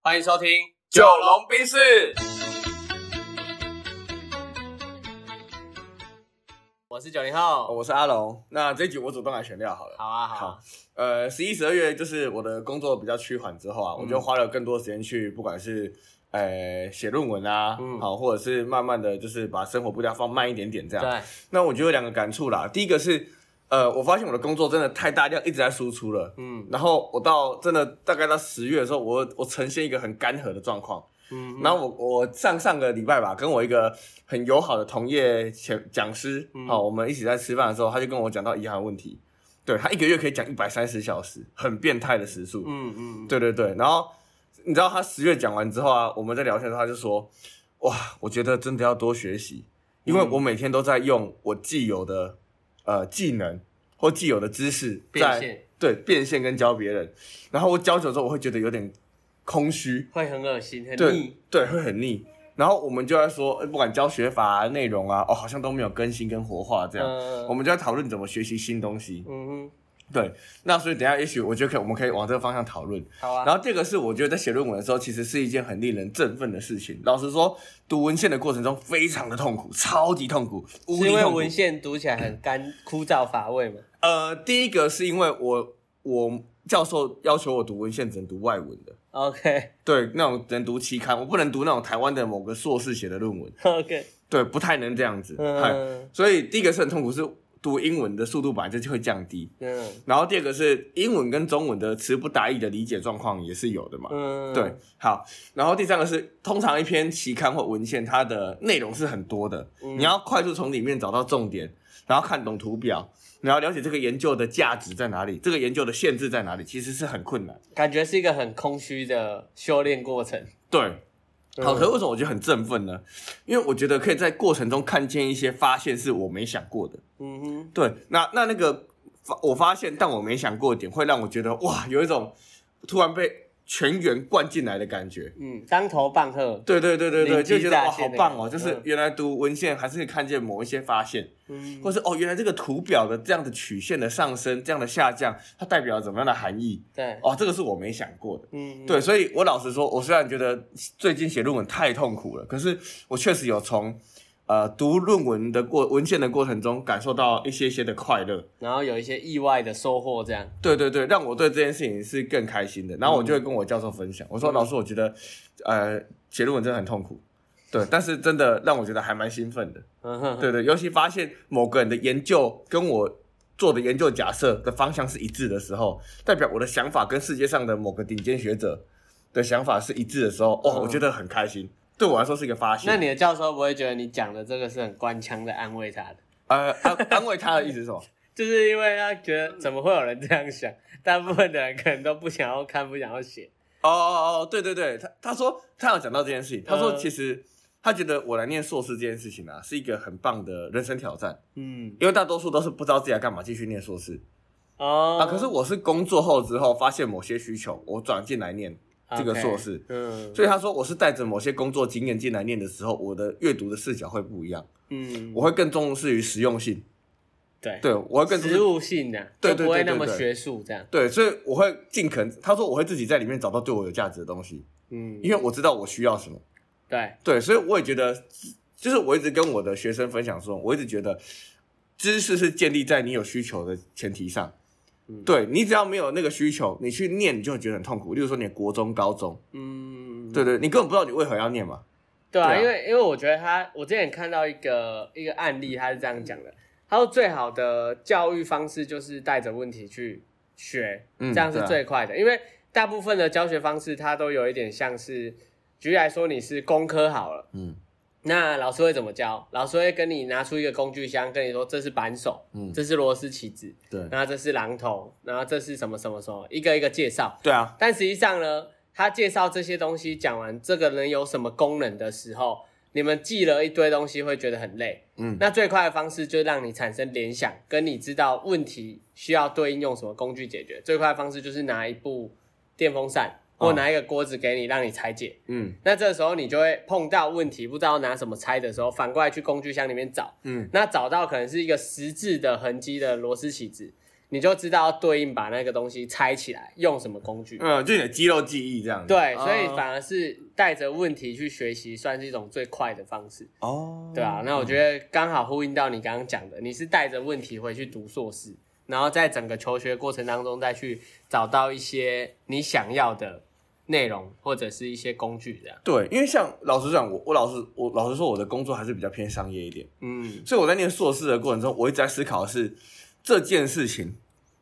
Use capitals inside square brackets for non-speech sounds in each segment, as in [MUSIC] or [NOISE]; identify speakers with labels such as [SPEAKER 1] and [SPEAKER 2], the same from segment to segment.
[SPEAKER 1] 欢迎收听《
[SPEAKER 2] 九龙冰室，
[SPEAKER 1] 我是九零后。
[SPEAKER 2] 我是阿龙。那这一集我主动来选料好了。
[SPEAKER 1] 好啊，好啊
[SPEAKER 2] 好，呃，十一、十二月就是我的工作比较趋缓之后啊，
[SPEAKER 1] 嗯
[SPEAKER 2] 我就花了更多时间去，不管是呃写论文啊，
[SPEAKER 1] 嗯
[SPEAKER 2] 好，或者是慢慢的就是把生活步调放慢一点点这样。
[SPEAKER 1] 对，
[SPEAKER 2] 那我就有两个感触啦，第一个是，呃，我发现我的工作真的太大量一直在输出了。
[SPEAKER 1] 嗯
[SPEAKER 2] 然后我到真的大概到十月的时候，我我呈现一个很干涸的状况。
[SPEAKER 1] 嗯，
[SPEAKER 2] 然后我我上上个礼拜吧，跟我一个很友好的同业前讲师，好、
[SPEAKER 1] 嗯
[SPEAKER 2] 我们一起在吃饭的时候，他就跟我讲到一样的问题，对他一个月可以讲一百三十小时，很变态的时速，
[SPEAKER 1] 嗯嗯，嗯，
[SPEAKER 2] 对对对。然后你知道他十月讲完之后啊，我们在聊天的时候，他就说，哇，我觉得真的要多学习，因为
[SPEAKER 1] 嗯
[SPEAKER 2] 我每天都在用我既有的呃技能或既有的知识
[SPEAKER 1] 变
[SPEAKER 2] 在
[SPEAKER 1] 现
[SPEAKER 2] 对变现跟教别人，然后我教久之后，我会觉得有点空虚，
[SPEAKER 1] 会很恶心，很
[SPEAKER 2] 对
[SPEAKER 1] 腻。
[SPEAKER 2] 对，会很腻。然后我们就在说，呃不管教学法啊、内容啊，哦，好像都没有更新跟活化这样。
[SPEAKER 1] 嗯
[SPEAKER 2] 我们就在讨论怎么学习新东西。
[SPEAKER 1] 嗯
[SPEAKER 2] 对，那所以等一下也许我觉得可以，我们可以往这个方向讨论。
[SPEAKER 1] 哼，好啊。
[SPEAKER 2] 然后这个是我觉得在写论文的时候，其实是一件很令人振奋的事情。老实说，读文献的过程中非常的痛苦，超级痛苦，无
[SPEAKER 1] 是
[SPEAKER 2] 力
[SPEAKER 1] 因为
[SPEAKER 2] 痛苦
[SPEAKER 1] 文献读起来很
[SPEAKER 2] [LAUGHS]
[SPEAKER 1] 干、枯燥乏味嘛？
[SPEAKER 2] 呃，第一个是因为我我教授要求我读文献只能读外文的，
[SPEAKER 1] OK [LAUGHS]
[SPEAKER 2] 对，那种只能读期刊，我不能读那种台湾的某个硕士写的论文。
[SPEAKER 1] OK，
[SPEAKER 2] 对，不太能这样子。嗨
[SPEAKER 1] 嗯
[SPEAKER 2] 所以第一个是很痛苦，是读英文的速度本来就会降低。
[SPEAKER 1] 嗯
[SPEAKER 2] 然后第二个是英文跟中文的词不达意的理解状况也是有的嘛。
[SPEAKER 1] 嗯，
[SPEAKER 2] 对，好。然后第三个是，通常一篇期刊或文献，它的内容是很多的，
[SPEAKER 1] 嗯
[SPEAKER 2] 你要快速从里面找到重点，然后看懂图表，然后了解这个研究的价值在哪里，这个研究的限制在哪里，其实是很困难。
[SPEAKER 1] 感觉是一个很空虚的修炼过程。
[SPEAKER 2] 对，好，可是
[SPEAKER 1] 嗯
[SPEAKER 2] 为什么我觉得很振奋呢？因为我觉得可以在过程中看见一些发现是我没想过的。
[SPEAKER 1] 嗯哼，
[SPEAKER 2] 对，那那那个发我发现，但我没想过的点，会让我觉得哇，有一种突然被全员灌进来的感觉。
[SPEAKER 1] 嗯，当头棒喝。
[SPEAKER 2] 对对对对对，
[SPEAKER 1] 灵机
[SPEAKER 2] 就觉得哇，
[SPEAKER 1] 乍现
[SPEAKER 2] 好
[SPEAKER 1] 的
[SPEAKER 2] 棒哦！
[SPEAKER 1] 感
[SPEAKER 2] 就
[SPEAKER 1] 觉
[SPEAKER 2] 是原来读文献还是可以看见某一些发现，
[SPEAKER 1] 嗯
[SPEAKER 2] 或是哦，原来这个图表的这样的曲线的上升、这样的下降，它代表了怎么样的含义？
[SPEAKER 1] 对，
[SPEAKER 2] 哦，这个是我没想过的。
[SPEAKER 1] 嗯，
[SPEAKER 2] 对，所以我老实说，我虽然觉得最近写论文太痛苦了，可是我确实有从呃读论文的过文献的过程中感受到一些些的快乐。
[SPEAKER 1] 然后有一些意外的收获，这样。
[SPEAKER 2] 对对对，让我对这件事情是更开心的。然后我就会跟我教授分享，我说
[SPEAKER 1] 嗯
[SPEAKER 2] 老师，我觉得呃写论文真的很痛苦。对，但是真的让我觉得还蛮兴奋的。
[SPEAKER 1] 嗯哼，
[SPEAKER 2] 对对，尤其发现某个人的研究跟我做的研究假设的方向是一致的时候，代表我的想法跟世界上的某个顶尖学者的想法是一致的时候，哇、
[SPEAKER 1] 嗯
[SPEAKER 2] 我觉得很开心。对我来说是一个发现。
[SPEAKER 1] 那你的教授不会觉得你讲的这个是很官腔的安慰他的？
[SPEAKER 2] 呃安安慰他的意思是什么？
[SPEAKER 1] 就是因为他觉得怎么会有人这样想，大部分的人可能都不想要看，不想要写。
[SPEAKER 2] 哦哦哦，对对对，他他说他有讲到这件事情，他说
[SPEAKER 1] 嗯
[SPEAKER 2] 其实他觉得我来念硕士这件事情啊，是一个很棒的人生挑战，
[SPEAKER 1] 嗯，
[SPEAKER 2] 因为大多数都是不知道自己要干嘛，继续念硕士
[SPEAKER 1] 哦
[SPEAKER 2] 啊。可是我是工作后之后发现某些需求，我转进来念这个硕士。
[SPEAKER 1] 嗯，
[SPEAKER 2] 所以他说，我是带着某些工作经验进来念的时候，我的阅读的视角会不一样，
[SPEAKER 1] 嗯，
[SPEAKER 2] 我会更重视于实用性，
[SPEAKER 1] 对
[SPEAKER 2] 对我会更重视
[SPEAKER 1] 实务性的、
[SPEAKER 2] 对
[SPEAKER 1] 就
[SPEAKER 2] 对
[SPEAKER 1] 不会
[SPEAKER 2] 对对
[SPEAKER 1] 那么
[SPEAKER 2] 对
[SPEAKER 1] 学术这样。
[SPEAKER 2] 对，所以我会尽可能。他说我会自己在里面找到对我有价值的东西，
[SPEAKER 1] 嗯，
[SPEAKER 2] 因为我知道我需要什么。
[SPEAKER 1] 对，
[SPEAKER 2] 对，所以我也觉得，就是我一直跟我的学生分享说，我一直觉得知识是建立在你有需求的前提上。
[SPEAKER 1] 嗯
[SPEAKER 2] 对你只要没有那个需求，你去念你就会觉得很痛苦。例如说你的国中、高中，
[SPEAKER 1] 嗯，
[SPEAKER 2] 对对，你根本不知道你为何要念嘛。
[SPEAKER 1] 对啊，
[SPEAKER 2] 对啊
[SPEAKER 1] 因为因为我觉得他，我之前看到一个一个案例，他是这样讲的，他说最好的教育方式就是带着问题去学，
[SPEAKER 2] 嗯
[SPEAKER 1] 这样是
[SPEAKER 2] 对啊
[SPEAKER 1] 最快的，因为大部分的教学方式它都有一点像是，举例来说你是工科好了，
[SPEAKER 2] 嗯
[SPEAKER 1] 那老师会怎么教？老师会跟你拿出一个工具箱，跟你说这是扳手，
[SPEAKER 2] 嗯，
[SPEAKER 1] 这是螺丝起子，
[SPEAKER 2] 对
[SPEAKER 1] 然后这是榔头，然后这是什么什么什么，一个一个介绍。
[SPEAKER 2] 对啊，
[SPEAKER 1] 但实际上呢，他介绍这些东西讲完，这个人有什么功能的时候，你们记了一堆东西会觉得很累。
[SPEAKER 2] 嗯
[SPEAKER 1] 那最快的方式就是让你产生联想，跟你知道问题需要对应用什么工具解决。最快的方式就是拿一部电风扇或
[SPEAKER 2] 哦
[SPEAKER 1] 拿一个锅子给你，让你拆解。
[SPEAKER 2] 嗯
[SPEAKER 1] 那这时候你就会碰到问题，不知道拿什么拆的时候，反过来去工具箱里面找。
[SPEAKER 2] 嗯
[SPEAKER 1] 那找到可能是一个十字的痕迹的螺丝起子，你就知道要对应把那个东西拆起来用什么工具。
[SPEAKER 2] 嗯，就你的肌肉记忆这样子。
[SPEAKER 1] 对，啊所以
[SPEAKER 2] 哦
[SPEAKER 1] 反而是带着问题去学习，算是一种最快的方式，
[SPEAKER 2] 哦，
[SPEAKER 1] 对啊，那我觉得刚好呼应到你刚刚讲的，你是带着问题回去读硕士，然后在整个求学过程当中再去找到一些你想要的内容或者是一些工具这样。
[SPEAKER 2] 对，因为像老实讲，我我老实我老实说，我的工作还是比较偏商业一点，
[SPEAKER 1] 嗯
[SPEAKER 2] 所以我在念硕士的过程中，我一直在思考的是这件事情，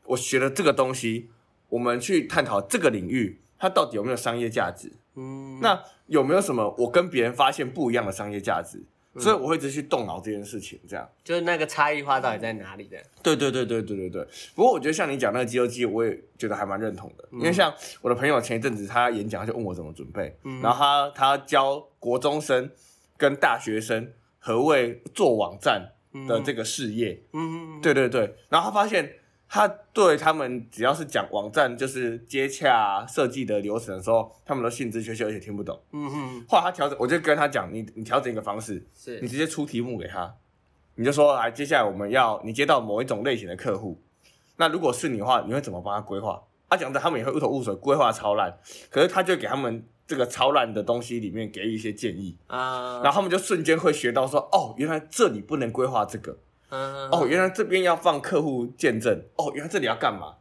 [SPEAKER 2] 我学了这个东西，我们去探讨这个领域它到底有没有商业价值，
[SPEAKER 1] 嗯，
[SPEAKER 2] 那有没有什么我跟别人发现不一样的商业价值？所以我会一直去动脑这件事情，这样。
[SPEAKER 1] 就是那个差异化到底在哪里的？
[SPEAKER 2] 对对对对对对对。不过我觉得像你讲那个肌肉记忆，我也觉得还蛮认同的，因为像我的朋友前一阵子他演讲，他就问我怎么准备，然后他他教国中生跟大学生何谓做网站的这个事业，
[SPEAKER 1] 嗯，
[SPEAKER 2] 对对对，然后他发现他对他们只要是讲网站就是接洽啊、设计的流程的时候，他们都兴致缺缺，而且听不懂。
[SPEAKER 1] 嗯哼，
[SPEAKER 2] 后来他调整，我就跟他讲，你你调整一个方式，
[SPEAKER 1] 是
[SPEAKER 2] 你直接出题目给他，你就说，哎来，接下来我们要你接到某一种类型的客户，那如果是你的话，你会怎么帮他规划？他讲的他们也会一头雾水，规划超烂，可是他就给他们这个超烂的东西里面给予一些建议，
[SPEAKER 1] 啊，
[SPEAKER 2] 然后他们就瞬间会学到说，哦，原来这里不能规划这个，
[SPEAKER 1] 嗯
[SPEAKER 2] 哦，原来这边要放客户见证，哦，原来这里要干嘛？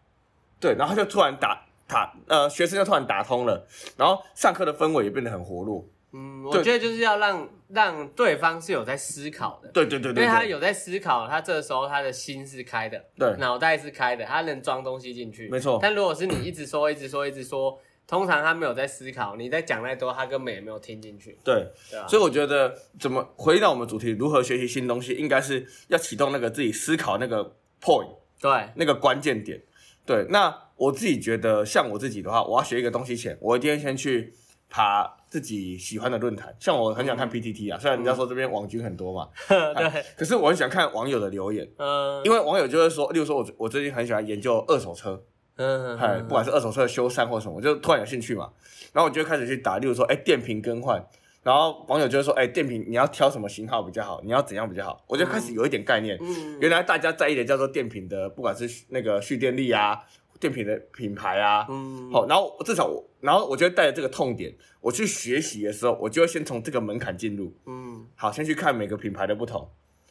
[SPEAKER 2] 对，然后他就突然打打呃，学生就突然打通了，然后上课的氛围也变得很活络。
[SPEAKER 1] 嗯，我
[SPEAKER 2] 哦对
[SPEAKER 1] 觉得就是要让让对方是有在思考的，
[SPEAKER 2] 对对对
[SPEAKER 1] 因
[SPEAKER 2] 对，
[SPEAKER 1] 为
[SPEAKER 2] 对
[SPEAKER 1] 他有在思考，他这时候他的心是开的，
[SPEAKER 2] 对
[SPEAKER 1] 脑袋是开的，他能装东西进去，
[SPEAKER 2] 没错
[SPEAKER 1] 但如果是你一直说、一直说、一直说，通常他没有在思考，你在讲再多，他根本也没有听进去，
[SPEAKER 2] 对，
[SPEAKER 1] 对吧？
[SPEAKER 2] 所以我觉得怎么回到我们主题，如何学习新东西，应该是要启动那个自己思考那个 point
[SPEAKER 1] 对，
[SPEAKER 2] 那个关键点。对，那我自己觉得，像我自己的话，我要学一个东西前，我一定会先去爬自己喜欢的论坛。像我很想看 PTT 啊，虽然人家说这边网军很
[SPEAKER 1] [LAUGHS]
[SPEAKER 2] 多嘛，
[SPEAKER 1] 嗯
[SPEAKER 2] 啊
[SPEAKER 1] 对，
[SPEAKER 2] 可是我很想看网友的
[SPEAKER 1] [LAUGHS]
[SPEAKER 2] 留言，
[SPEAKER 1] 嗯
[SPEAKER 2] 因为网友就会说，例如说我我最近很喜欢研究二手车，
[SPEAKER 1] 嗯
[SPEAKER 2] 哎，不
[SPEAKER 1] 嗯
[SPEAKER 2] 管是二手车的修缮或什么，我就突然有兴趣嘛，然后我就开始去打，例如说，哎、电瓶更换，然后网友就会说，哎、电瓶你要挑什么型号比较好，你要怎样比较好，我就开始有一点概念，
[SPEAKER 1] 嗯，
[SPEAKER 2] 原来大家在意的叫做电瓶的，不管是那个蓄电力啊，电瓶的品牌啊，
[SPEAKER 1] 嗯，
[SPEAKER 2] 好，然后至少我，然后我就会带着这个痛点，我去学习的时候，我就会先从这个门槛进入，
[SPEAKER 1] 嗯，
[SPEAKER 2] 好，先去看每个品牌的不同，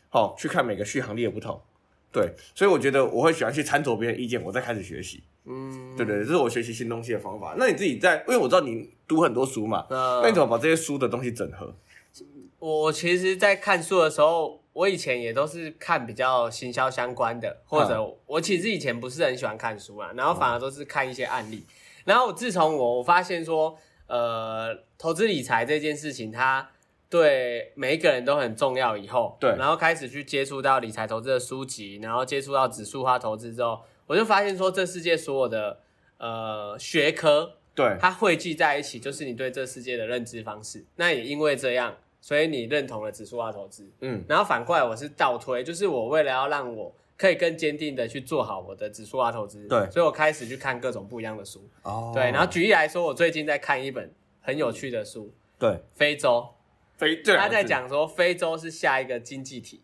[SPEAKER 2] 好、去看每个续航力的不同，对，所以我觉得我会喜欢去参照别人意见，我再开始学习。
[SPEAKER 1] 嗯，
[SPEAKER 2] 对对，对这是我学习新东西的方法。那你自己在，因为我知道你读很多书嘛，
[SPEAKER 1] 嗯
[SPEAKER 2] 那你怎么把这些书的东西整合？
[SPEAKER 1] 我我其实，在看书的时候，我以前也都是看比较行销相关的，或者我其实以前不是很喜欢看书啊，然后反而都是看一些案例。然后我自从我我发现说，呃，投资理财这件事情，它对每一个人都很重要以后，
[SPEAKER 2] 对
[SPEAKER 1] 然后开始去接触到理财投资的书籍，然后接触到指数化投资之后，我就发现说，这世界所有的呃学科
[SPEAKER 2] 对
[SPEAKER 1] 它汇聚在一起，就是你对这世界的认知方式。那也因为这样，所以你认同了指数化投资。
[SPEAKER 2] 嗯，
[SPEAKER 1] 然后反过来，我是倒推，就是我为了要让我可以更坚定的去做好我的指数化投资，
[SPEAKER 2] 对
[SPEAKER 1] 所以我开始去看各种不一样的书。
[SPEAKER 2] 哦
[SPEAKER 1] 对，然后举例来说，我最近在看一本很有趣的书，
[SPEAKER 2] 对，
[SPEAKER 1] 非洲。
[SPEAKER 2] 非这两
[SPEAKER 1] 他
[SPEAKER 2] 个
[SPEAKER 1] 在
[SPEAKER 2] 字
[SPEAKER 1] 讲说非洲是下一个经济体。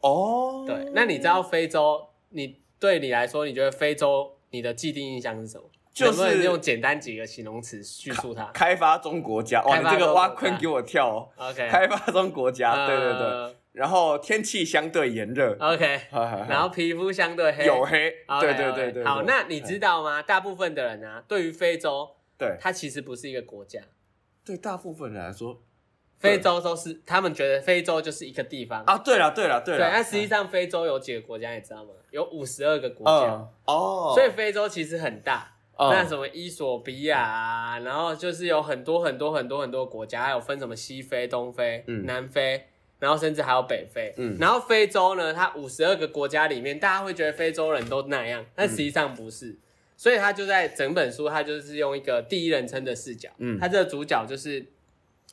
[SPEAKER 2] 哦，
[SPEAKER 1] 对，那你知道非洲，你对你来说，你觉得非洲你的既定印象是什么？
[SPEAKER 2] 就是
[SPEAKER 1] 能不能用简单几个形容词叙述它
[SPEAKER 2] 开发中国家，哇，
[SPEAKER 1] 开
[SPEAKER 2] 你
[SPEAKER 1] 发
[SPEAKER 2] 这个
[SPEAKER 1] 中
[SPEAKER 2] 挖
[SPEAKER 1] 国
[SPEAKER 2] 坑
[SPEAKER 1] 家哎
[SPEAKER 2] 给我跳哦。
[SPEAKER 1] ？OK，
[SPEAKER 2] 开发中国家，啊对对对，
[SPEAKER 1] 呃
[SPEAKER 2] 然后天气相对炎热，
[SPEAKER 1] OK，然嗯
[SPEAKER 2] [LAUGHS] 然
[SPEAKER 1] 后皮肤相对黑，
[SPEAKER 2] 有黑，对
[SPEAKER 1] OK，OK
[SPEAKER 2] 对对对。
[SPEAKER 1] 好，
[SPEAKER 2] 对
[SPEAKER 1] 那你知道吗？大部分的人啊，对于非洲，
[SPEAKER 2] 对
[SPEAKER 1] 它其实不是一个国家，
[SPEAKER 2] 对大部分人来说对
[SPEAKER 1] 非洲都是他们觉得非洲就是一个地方。
[SPEAKER 2] 啊，对了对了对
[SPEAKER 1] 对，
[SPEAKER 2] 了，
[SPEAKER 1] 那实际上非洲有几个国家，你知道吗？有五十二个国家，
[SPEAKER 2] 嗯哦，
[SPEAKER 1] 所以非洲其实很大。
[SPEAKER 2] 嗯
[SPEAKER 1] 那什么伊索比亚啊，然后就是有很多很多很多很多国家，还有分什么西非、东非、
[SPEAKER 2] 嗯
[SPEAKER 1] 南非，然后甚至还有北非。
[SPEAKER 2] 嗯
[SPEAKER 1] 然后非洲呢，它五十二个国家里面，大家会觉得非洲人都那样，
[SPEAKER 2] 嗯
[SPEAKER 1] 但实际上不是。所以他就在整本书，他就是用一个第一人称的视角。
[SPEAKER 2] 嗯
[SPEAKER 1] 他这个主角就是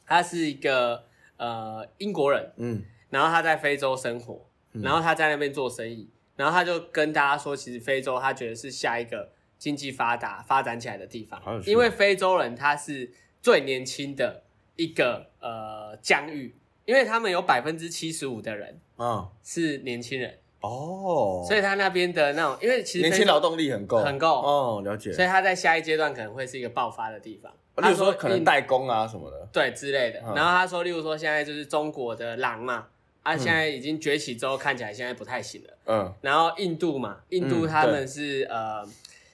[SPEAKER 1] 他是一个呃英国人，
[SPEAKER 2] 嗯
[SPEAKER 1] 然后他在非洲生活，然后他在那边做生意，然后他就跟大家说，其实非洲他觉得是下一个经济发达、发展起来的地方
[SPEAKER 2] 好有，趣
[SPEAKER 1] 因为非洲人他是最年轻的一个呃疆域，因为他们有百分之七十五的人
[SPEAKER 2] 嗯
[SPEAKER 1] 是年轻人，
[SPEAKER 2] 哦，
[SPEAKER 1] 所以他那边的那种，因为其实
[SPEAKER 2] 年
[SPEAKER 1] 非
[SPEAKER 2] 轻
[SPEAKER 1] 洲
[SPEAKER 2] 劳，动力很够，
[SPEAKER 1] 很够
[SPEAKER 2] 哦，了解。
[SPEAKER 1] 所以他在下一阶段可能会是一个爆发的地方。
[SPEAKER 2] 哦例
[SPEAKER 1] 他
[SPEAKER 2] 如说可能
[SPEAKER 1] 印
[SPEAKER 2] 代工啊什么的，
[SPEAKER 1] 对之类的。
[SPEAKER 2] 嗯
[SPEAKER 1] 然后他说，例如说现在就是中国的狼嘛，啊，现在已经崛起之后，看起来现在不太行了。
[SPEAKER 2] 嗯，
[SPEAKER 1] 然后印度嘛，印
[SPEAKER 2] 嗯
[SPEAKER 1] 度
[SPEAKER 2] 对
[SPEAKER 1] 他们是、呃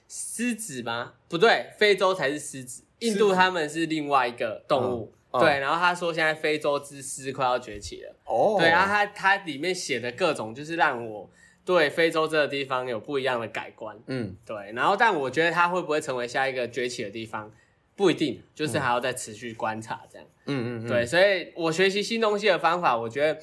[SPEAKER 1] 狮子吗？不对，非洲才是狮子，
[SPEAKER 2] 狮子
[SPEAKER 1] 印度他们是另外一个动物。
[SPEAKER 2] 嗯嗯
[SPEAKER 1] 对，然后他说现在非洲之狮快要崛起了。
[SPEAKER 2] 哦，
[SPEAKER 1] 对，然后他他里面写的各种，就是让我对非洲这个地方有不一样的改观。
[SPEAKER 2] 嗯，
[SPEAKER 1] 对，然后但我觉得它会不会成为下一个崛起的地方，不一定，就是还要再持续观察这样。
[SPEAKER 2] 嗯嗯嗯，
[SPEAKER 1] 对，，所以我学习新东西的方法，我觉得，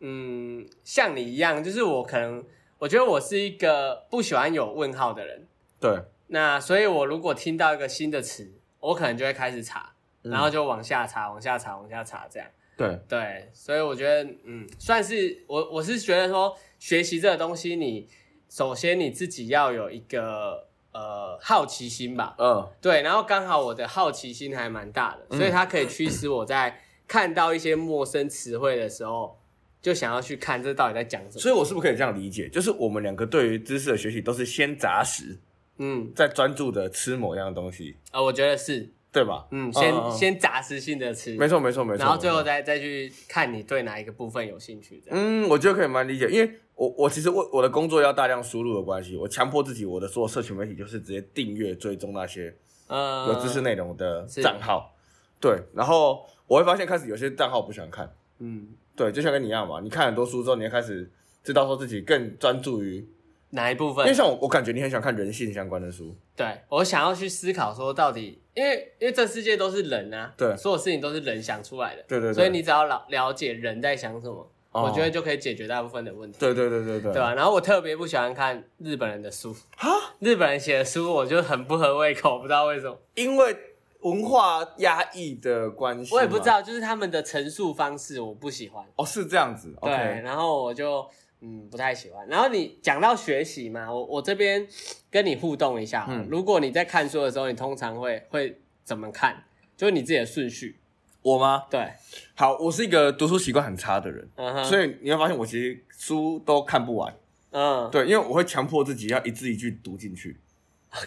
[SPEAKER 1] 嗯，像你一样，就是我可能，我觉得我是一个不喜欢有问号的人。
[SPEAKER 2] 对，
[SPEAKER 1] 那所以，我如果听到一个新的词，我可能就会开始查，
[SPEAKER 2] 嗯
[SPEAKER 1] 然后就往下查，往下查，往下查这样。
[SPEAKER 2] 对，
[SPEAKER 1] 对，所以我觉得，嗯，算是我我是觉得说，学习这个东西你，首先你自己要有一个呃好奇心吧，
[SPEAKER 2] 嗯，
[SPEAKER 1] 对，然后刚好我的好奇心还蛮大的，
[SPEAKER 2] 嗯
[SPEAKER 1] 所以它可以驱使我在看到一些陌生词汇的时候，就想要去看这到底在讲什么。
[SPEAKER 2] 所以我是不是可以这样理解？就是我们两个对于知识的学习都是先杂食，
[SPEAKER 1] 嗯，
[SPEAKER 2] 再专注的吃某样东西，
[SPEAKER 1] 啊、我觉得是，
[SPEAKER 2] 对吧？
[SPEAKER 1] 嗯，先、
[SPEAKER 2] 嗯嗯
[SPEAKER 1] 先杂食性的吃，
[SPEAKER 2] 没错没错没错，
[SPEAKER 1] 然后最后
[SPEAKER 2] 没错
[SPEAKER 1] 再再去看你对哪一个部分有兴趣，这样。
[SPEAKER 2] 嗯，我觉得可以蛮理解，因为我我其实我我的工作要大量输入的关系，我强迫自己我的所有社群媒体就是直接订阅追踪那些
[SPEAKER 1] 呃，
[SPEAKER 2] 有知识内容的
[SPEAKER 1] 是
[SPEAKER 2] 账号，对，然后我会发现开始有些账号我不喜欢看，
[SPEAKER 1] 嗯，
[SPEAKER 2] 对，就像跟你一样嘛，你看很多书之后，你会开始知道说自己更专注于，
[SPEAKER 1] 哪一部
[SPEAKER 2] 因为
[SPEAKER 1] 分？
[SPEAKER 2] 像我，我感觉你很喜欢看人性相关的书，
[SPEAKER 1] 对我想要去思考说，到底因为因为这世界都是人啊，
[SPEAKER 2] 对
[SPEAKER 1] 所有事情都是人想出来的，
[SPEAKER 2] 对对对，
[SPEAKER 1] 所以你只要了了解人在想什么，
[SPEAKER 2] 哦
[SPEAKER 1] 我觉得就可以解决大部分的问题。
[SPEAKER 2] 对对对对对，
[SPEAKER 1] 对啊吧、然后我特别不喜欢看日本人的书，
[SPEAKER 2] 哈，
[SPEAKER 1] 日本人写的书我就很不合胃口，不知道为什么，
[SPEAKER 2] 因为文化压抑的关系，
[SPEAKER 1] 我也不知。道，就是他们的陈述方式我不喜欢。
[SPEAKER 2] 哦，是这样子
[SPEAKER 1] 对
[SPEAKER 2] ，OK，
[SPEAKER 1] 然后我就嗯不太喜欢。然后你讲到学习嘛，我我这边跟你互动一下、
[SPEAKER 2] 嗯
[SPEAKER 1] 如果你在看书的时候，你通常会会怎么看？就是你自己的顺序。
[SPEAKER 2] 我吗？
[SPEAKER 1] 对，
[SPEAKER 2] 好，我是一个读书习惯很差的人，
[SPEAKER 1] 嗯哼，
[SPEAKER 2] 所
[SPEAKER 1] 以
[SPEAKER 2] 以你会发现我其实书都看不完。
[SPEAKER 1] 嗯，
[SPEAKER 2] 对，因为我会强迫自己要一字一句读进去。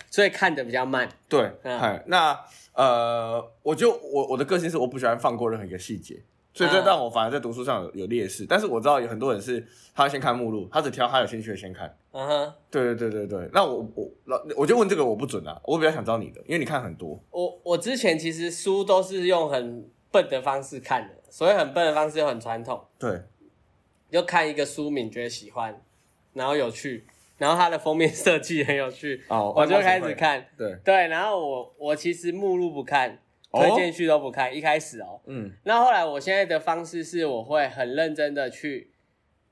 [SPEAKER 1] 所以看的比较慢。
[SPEAKER 2] 对，
[SPEAKER 1] 嗯
[SPEAKER 2] 哎，那呃，我就我我的个性是我不喜欢放过任何一个细节，所以这
[SPEAKER 1] 嗯
[SPEAKER 2] 让我反而在读书上有有劣势。但是我知道有很多人是他先看目录，他只挑他有兴趣的先看。
[SPEAKER 1] 嗯哼，
[SPEAKER 2] 对对对对对，那我我老我就问这个我不准啊，我比较想知道你的，因为你看很多。
[SPEAKER 1] 我我之前其实书都是用很笨的方式看的，所以很笨的方式就很传统。
[SPEAKER 2] 对，
[SPEAKER 1] 就看一个书名觉得喜欢，然后有趣，然后它的封面设计很有趣，
[SPEAKER 2] 哦
[SPEAKER 1] 我就开始。
[SPEAKER 2] 外貌协会
[SPEAKER 1] 看。
[SPEAKER 2] 对，
[SPEAKER 1] 对，然后我我其实目录不看，
[SPEAKER 2] 哦
[SPEAKER 1] 推荐序都不看，一开始哦。
[SPEAKER 2] 嗯，
[SPEAKER 1] 那后来我现在的方式是，我会很认真的去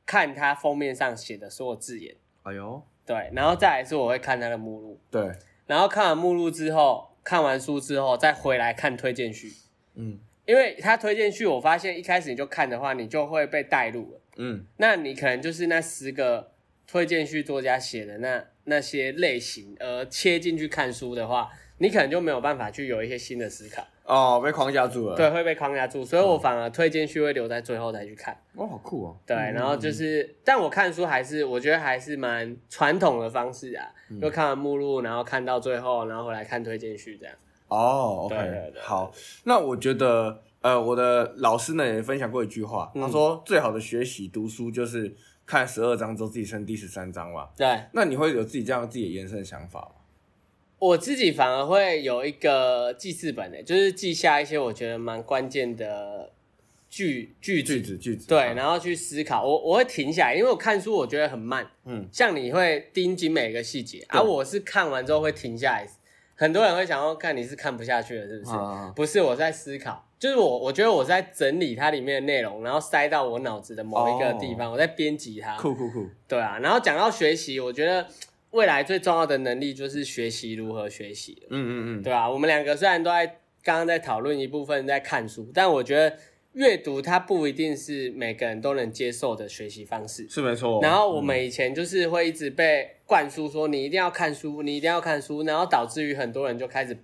[SPEAKER 1] 看它封面上写的所有字眼，
[SPEAKER 2] 哎呦，
[SPEAKER 1] 对，然后再来是我会看它的目录，
[SPEAKER 2] 对，
[SPEAKER 1] 然后看完目录之后，看完书之后再回来看推荐序，
[SPEAKER 2] 嗯
[SPEAKER 1] 因为它推荐序我发现一开始你就看的话，你就会被带入了。
[SPEAKER 2] 嗯，
[SPEAKER 1] 那你可能就是那十个推荐序作家写的那那些类型，而切进去看书的话，你可能就没有办法去有一些新的思考，
[SPEAKER 2] 哦，被框架住了。
[SPEAKER 1] 对，，会被框架住。所以我反而推荐序会留在最后再去看，
[SPEAKER 2] 哦，好酷哦。
[SPEAKER 1] 对。然后就是，但我看书还是我觉得还是蛮传统的方式啊，就看完目录，然后看到最后，然后回来看推荐序这样。
[SPEAKER 2] 哦
[SPEAKER 1] 对对
[SPEAKER 2] ，OK，
[SPEAKER 1] 对
[SPEAKER 2] 好，那我觉得，呃，我的老师呢也分享过一句话，他说最好的学习读书就是看十二章之后自己升第十三章嘛。
[SPEAKER 1] 对
[SPEAKER 2] 那你会有自己这样自己的延伸想法吗？
[SPEAKER 1] 我自己反而会有一个记事本的、欸就是记下一些我觉得蛮关键的句句子
[SPEAKER 2] 句子句子，
[SPEAKER 1] 对，，然后去思考。我我会停下来，因为我看书我觉得很慢，
[SPEAKER 2] 嗯，
[SPEAKER 1] 像你会盯紧每个细节，而、
[SPEAKER 2] 对
[SPEAKER 1] 我是看完之后会停下来。很多人会想要看你是看不下去了，是不是？
[SPEAKER 2] 啊
[SPEAKER 1] 不是，我在思考，就是我我觉得我在整理它里面的内容，然后塞到我脑子的某一个地方，我在编辑它。
[SPEAKER 2] 哦酷酷酷，
[SPEAKER 1] 对啊，然后讲到学习，我觉得未来最重要的能力就是学习如何学习。
[SPEAKER 2] 嗯嗯嗯，
[SPEAKER 1] 对啊，我们两个虽然都在刚刚在讨论一部分在看书，但我觉得阅读它不一定是每个人都能接受的学习方式。
[SPEAKER 2] 是没错。哦嗯
[SPEAKER 1] 然后我们以前就是会一直被灌输说你一定要看书，你一定要看书，然后导致于很多人就开始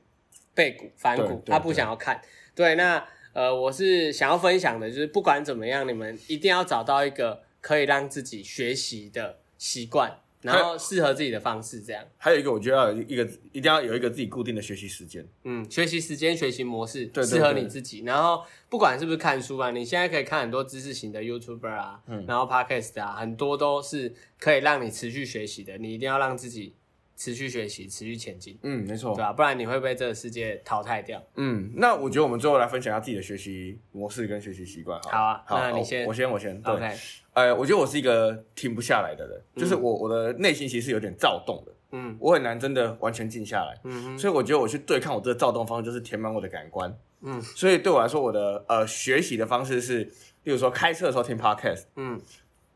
[SPEAKER 1] 背骨反
[SPEAKER 2] 对
[SPEAKER 1] 骨
[SPEAKER 2] 对，
[SPEAKER 1] 他不
[SPEAKER 2] 对
[SPEAKER 1] 想要看。对，那呃，我是想要分享的就是不管怎么样，你们一定要找到一个可以让自己学习的习惯，然后适合自己的方式这样。
[SPEAKER 2] 还有一个，我觉得要有一个一定要有一个自己固定的学习时间。
[SPEAKER 1] 嗯，学习时间、学习模式
[SPEAKER 2] 对对
[SPEAKER 1] 适合
[SPEAKER 2] 对
[SPEAKER 1] 你自己。然后不管是不是看书啊，你现在可以看很多知识型的 YouTuber 啊，
[SPEAKER 2] 嗯
[SPEAKER 1] 然后 Podcast 啊，很多都是可以让你持续学习的。你一定要让自己持续学习、持续前进，
[SPEAKER 2] 嗯，没错
[SPEAKER 1] 对。吧、不然你会被这个世界淘汰掉。
[SPEAKER 2] 嗯，那我觉得我们最后来分享一下自己的学习模式跟学习习惯。
[SPEAKER 1] 好啊
[SPEAKER 2] 好，
[SPEAKER 1] 那你
[SPEAKER 2] 好
[SPEAKER 1] 先
[SPEAKER 2] 我先，我先。对，
[SPEAKER 1] OK，
[SPEAKER 2] 呃，我觉得我是一个停不下来的人，就是我我的内心其实有点躁动的，
[SPEAKER 1] 嗯
[SPEAKER 2] 我很难真的完全静下来。
[SPEAKER 1] 嗯哼
[SPEAKER 2] 所以我觉得我去对抗我这个躁动方式，就是填满我的感官。
[SPEAKER 1] 嗯
[SPEAKER 2] 所以对我来说，我的呃学习的方式是，例如说开车的时候听 podcast，
[SPEAKER 1] 嗯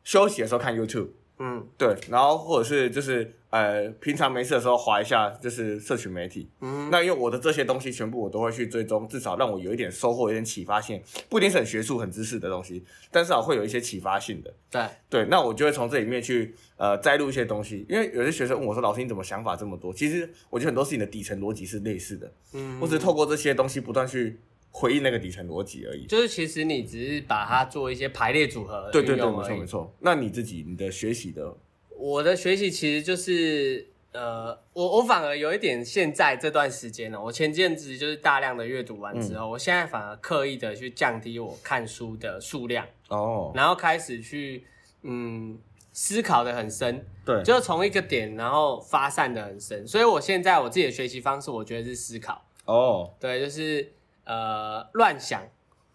[SPEAKER 2] 休息的时候看 YouTube，
[SPEAKER 1] 嗯
[SPEAKER 2] 对，然后或者是就是呃平常没事的时候滑一下就是社群媒体。
[SPEAKER 1] 嗯
[SPEAKER 2] 那因为我的这些东西全部我都会去追踪，至少让我有一点收获，有点启发性，不一定是很学术、很知识的东西，但至少会有一些启发性的。
[SPEAKER 1] 对，
[SPEAKER 2] 对，那我就会从这里面去呃摘录一些东西，因为有些学生问我说：“老师，你怎么想法这么多？”其实我觉得很多事情的底层逻辑是类似的，
[SPEAKER 1] 嗯
[SPEAKER 2] 我只是透过这些东西不断去回应那个底层逻辑而已。
[SPEAKER 1] 就是其实你只是把它做一些排列组合
[SPEAKER 2] 对对
[SPEAKER 1] 运
[SPEAKER 2] 对，
[SPEAKER 1] 用
[SPEAKER 2] 没错
[SPEAKER 1] 而已
[SPEAKER 2] 没错。那你自己你的学习的，
[SPEAKER 1] 我的学习其实就是，呃，我我反而有一点，现在这段时间呢，我前阵子就是大量的阅读完之后，我现在反而刻意的去降低我看书的数量，
[SPEAKER 2] 哦，
[SPEAKER 1] 然后开始去嗯思考的很深，
[SPEAKER 2] 对，
[SPEAKER 1] 就是从一个点然后发散的很深，所以我现在我自己的学习方式，我觉得是思考，
[SPEAKER 2] 哦，
[SPEAKER 1] 对，就是呃乱想。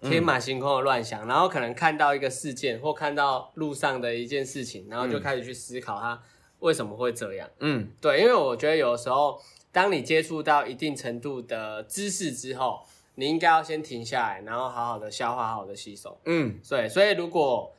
[SPEAKER 1] 天马行空的乱想，然后可能看到一个事件或看到路上的一件事情，然后就开始去思考它为什么会这样。
[SPEAKER 2] 嗯，
[SPEAKER 1] 对，因为我觉得有时候，当你接触到一定程度的知识之后，你应该要先停下来，然后好好的消化，好好的吸收。
[SPEAKER 2] 嗯，
[SPEAKER 1] 对，所以如果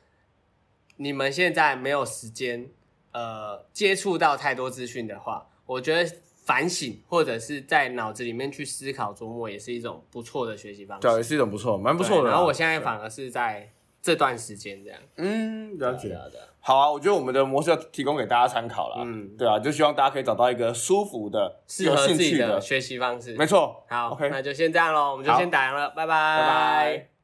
[SPEAKER 1] 你们现在没有时间，呃，接触到太多资讯的话，我觉得反省或者是在脑子里面去思考琢磨，也是一种不错的学习方式。
[SPEAKER 2] 对，也是一种不错，蛮不
[SPEAKER 1] 对
[SPEAKER 2] 错的啦。啊
[SPEAKER 1] 然后我现在反而是在这段时间这样。
[SPEAKER 2] 嗯了解
[SPEAKER 1] 对。啊对啊
[SPEAKER 2] 好啊，我觉得我们的模式要提供给大家参考啦。
[SPEAKER 1] 嗯
[SPEAKER 2] 对啊，就希望大家可以找到一个舒服的、
[SPEAKER 1] 适
[SPEAKER 2] 有
[SPEAKER 1] 合自
[SPEAKER 2] 兴
[SPEAKER 1] 己
[SPEAKER 2] 趣
[SPEAKER 1] 的学习方式。
[SPEAKER 2] 没错。
[SPEAKER 1] 好
[SPEAKER 2] OK，
[SPEAKER 1] 那就先这样喽，我们就
[SPEAKER 2] 好
[SPEAKER 1] 先打烊了，拜拜，
[SPEAKER 2] 拜拜。